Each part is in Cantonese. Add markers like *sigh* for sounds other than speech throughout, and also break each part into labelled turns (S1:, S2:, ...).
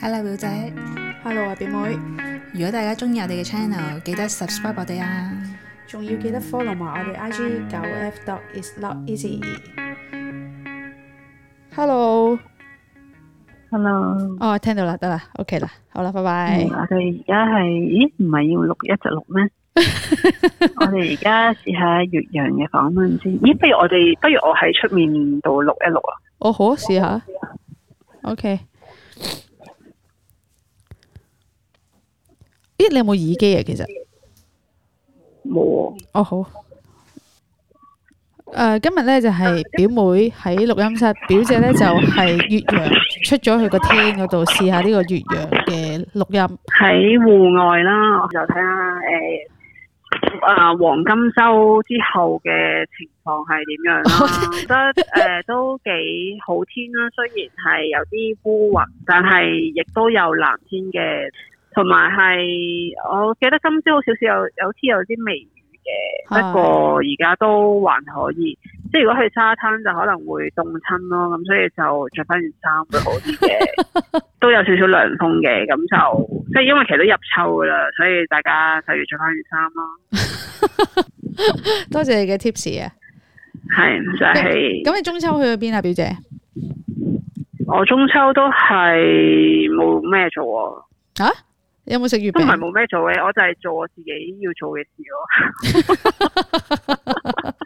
S1: Hello 表姐，
S2: Hello 啊，表妹，
S1: 如果大家中意我哋嘅 channel，記得 subscribe 我哋啊！
S2: 仲要記得 follow 埋我哋 IG 九 F dot is not easy。Hello，
S3: Hello，
S2: 哦，聽到啦，得啦，OK 啦，好啦，拜
S3: 嗯
S2: 拜。
S3: 我哋而家係，咦，唔係要錄一直錄咩？我哋而家試下越洋嘅訪問先。咦，不如我哋，不如我喺出面度錄一錄啊？
S2: 我好啊試下。OK。咦，你有冇耳機啊？其實，
S3: 冇喎，
S2: 哦好。誒、今日咧就
S3: 啊
S2: 係、表妹喺錄音室，表姐咧就係、粵洋出咗去個廳嗰度試下呢個粵洋嘅錄音。
S3: 喺戶外啦，我就睇下誒啊黃金周之後嘅情況係點樣啦。我覺得誒、呃都幾好天啦，雖然係有啲烏雲，但係亦都有藍天嘅，同埋係我記得今朝好少少有有啲有啲微雨嘅，
S2: 係
S3: 不過而家都還可以。即係如果去沙灘就可能會凍親咯，咁所以就着翻件衫會好啲嘅，都有少少涼風嘅，咁就即係因為其實都入秋噶啦，所以大家就要着翻件衫咯。
S2: 多謝你嘅 tips 啊！
S3: 係就係、
S2: 咁你中秋去咗邊啊，表姐？
S3: 我中秋都係冇咩做喎。
S2: 啊？有冇食月
S3: 都唔係
S2: 餅？
S3: 冇咩做嘅，我就係做我自己要做嘅事咯。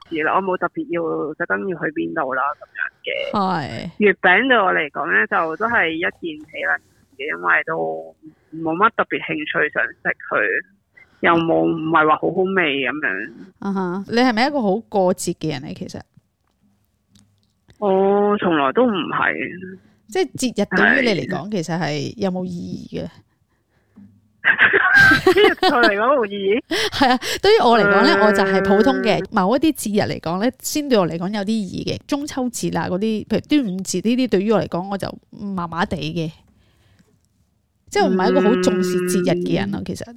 S3: 事啦，我冇特別要特登要去邊度啦咁樣嘅。
S2: 係
S3: 月餅對我嚟講咧，就都係一件喜能嘅，因為都冇乜特別興趣想食佢，又冇唔係話好好味咁樣。
S2: 啊哈！你係咪一個好過節嘅人嚟？其實
S3: 我從來都唔係，
S2: 即係節日對於你嚟講，其實係有冇意義嘅？ *laughs*
S3: 呢個對我嚟講冇意義。
S2: 係啊，對於我嚟講咧，
S3: 嗯
S2: 我就係普通嘅。某一啲節日嚟講咧，先對我嚟講有啲意義嘅。中秋節啊，嗰啲譬如端午節呢啲，對於我嚟講我就麻麻地嘅，即係我唔係一個好重視節日嘅人咯。啊其實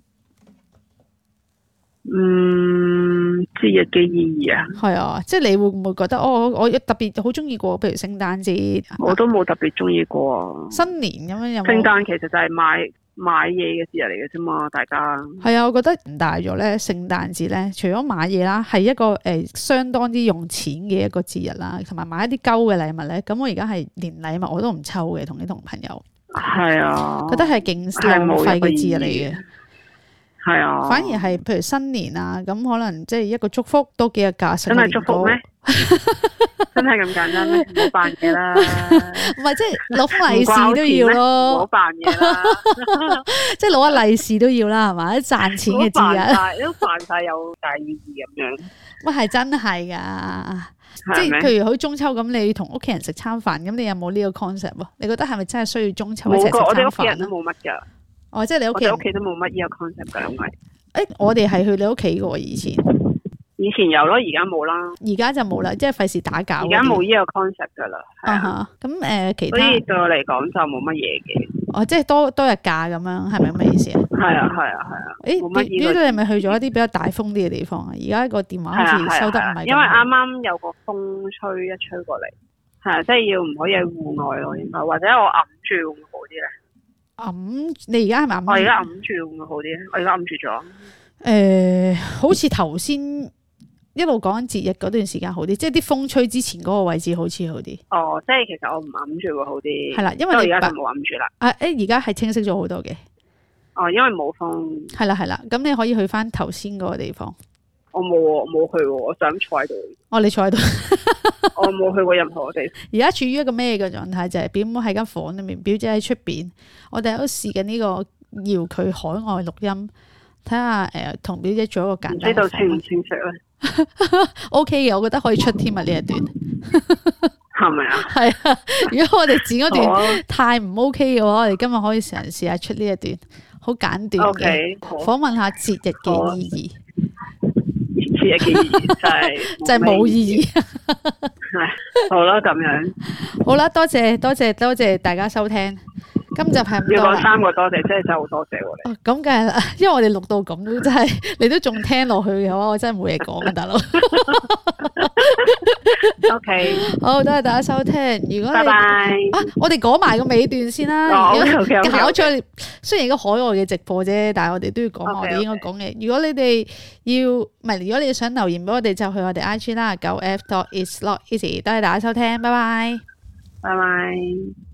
S3: 嗯，節日嘅意義啊，
S2: 係啊，即係你會唔會覺得哦？我特別好中意過，譬如聖誕節、啊
S3: 我都冇特別中意過。
S2: 新年咁樣有
S3: 聖
S2: 冇？
S3: 誕其實就係買買嘢嘅節日嚟嘅啫嘛，大家
S2: 係啊，我覺得人大咗咧，聖誕節咧，除咗買嘢啦，係一個誒、呃相當之用錢嘅一個節日啦，同埋買一啲鳩嘅禮物咧。咁我而家係連禮物我都唔抽嘅，同啲同朋友，
S3: 係啊，
S2: 覺得係勁浪費嘅節日嚟嘅。
S3: 係啊，
S2: 反而係譬如新年啊，咁可能即係一個祝福多幾日假，食
S3: 真
S2: 個
S3: 係
S2: 年
S3: 祝
S2: 糕
S3: 福
S2: *laughs*
S3: 咩？真係咁簡單咩？唔好扮
S2: *laughs*
S3: 嘢啦，
S2: 唔係即係攞封利
S3: 唔關
S2: 是
S3: 我
S2: 都
S3: 事咩
S2: 要
S3: 唔好
S2: 咯，
S3: 扮
S2: *laughs*
S3: 嘢啦，
S2: 即係攞下利是都要啦，係咪？賺錢嘅啊
S3: 都
S2: 節
S3: 啊扮 *laughs*
S2: 日，
S3: 晒，都扮晒有大意義咁樣，
S2: 喂係真係㗎。即
S3: 係
S2: 係
S3: 咪？
S2: 譬如好中秋咁，你同屋企人食餐飯，咁你有冇呢個 concept 啊？你覺得係咪真係需要中秋一齊
S3: 冇個，我哋
S2: 食
S3: 屋企
S2: 餐
S3: 人都
S2: 飯啊？
S3: 冇乜㗎，
S2: 哦，即係你屋
S3: 我
S2: 企
S3: 哋
S2: 人
S3: 屋，企都冇乜呢個 concept 㗎，因為
S2: 誒，我哋係去你屋企嘅喎，以前，
S3: 以前有咯，而家冇啦，
S2: 而家就冇啦，即係費事打攪。
S3: 而家冇呢個 concept 㗎啦，係
S2: 啊
S3: 啊
S2: 哈，咁誒其
S3: 所以
S2: 他，
S3: 對我嚟講就冇乜嘢嘅，
S2: 哦，即係多多日假咁樣，係咪咁嘅意思啊？
S3: 係啊，係啊，係啊。
S2: 誒，
S3: 冇乜
S2: 表
S3: 呢
S2: 表
S3: 個
S2: 姐你咪去咗一啲比較大風啲嘅地方啊？而家個電話
S3: 係啊
S2: 好
S3: 係
S2: 似
S3: 啊
S2: 收得
S3: 係
S2: 唔
S3: 啊
S2: 係
S3: 因為
S2: 咁好。
S3: 啱啱有個風吹一吹過嚟，係啊，即係要唔可以喺戶外咯，應該或者我揞住會唔會好啲咧？
S2: 揞，你而家係咪揞？
S3: 我而家揞住會唔會好啲咧？我而家揞住咗，
S2: 誒、好似頭先一路講緊節日嗰段時間好啲，即係啲風吹之前嗰個位置好似好啲，
S3: 哦，即係其實我唔揞住會好啲。
S2: 係啦，因
S3: 不
S2: 為
S3: 過而
S2: 你
S3: 家就
S2: 白
S3: 冇揞住啦。
S2: 啊誒，而家係清晰咗好多嘅，
S3: 哦，因為冇風，
S2: 係啦係啦，咁你可以去翻頭先嗰個地方。
S3: 我冇喎我冇去喎，我想坐喺度，
S2: 哦，你坐喺度， *laughs*
S3: 我冇去過任何地方。
S2: 而家處於一個咩嘅狀態？就係、表妹喺間房裏面，表姐喺出邊，我哋喺度試緊呢個遙距海外錄音，睇下誒同表姐做一個
S3: 唔
S2: 簡單
S3: 知道
S2: 嘅
S3: 清
S2: 訪
S3: 唔
S2: 問。
S3: 清晰咧？
S2: O K 嘅，我覺得可以出添啊呢一
S3: *laughs*
S2: 段。
S3: 係咪啊？
S2: 係啊，如果我哋剪嗰段
S3: 好。啊
S2: 太唔 OK 嘅話，我哋今日可以嘗試下出呢一段好簡短嘅
S3: OK，好。啊
S2: 訪問下節日嘅意義，
S3: 節日嘅意義就係
S2: *laughs* 就係冇
S3: 義。
S2: 意義。
S3: 好啦，咁樣。
S2: 好啦，多謝多謝多謝大家收聽，今集係咁
S3: 要
S2: 多
S3: 講
S2: 啦。
S3: 三個多謝，真係真係好多謝喎
S2: 哦咁梗係啦， *laughs* 因為我哋錄到咁都真係， *laughs* 你都仲聽落去嘅話，我真係冇嘢講啊，大佬。 *laughs*
S3: 你。O K，
S2: 好，多謝大家收聽。如果
S3: 拜
S2: 你
S3: 拜。
S2: 啊，我哋講埋個尾段先啦。
S3: 哦
S2: 如果
S3: OK，OK，OK
S2: 搞咗，雖然一個海外嘅直播啫，但係我哋都要講埋我
S3: 哦 OK，OK
S2: 哋應該講嘅。如果你哋要唔係，如果你想留言俾我哋，就去我哋 I G 啦，九 F dot is not easy。多謝大家收聽，拜拜。
S3: 拜拜。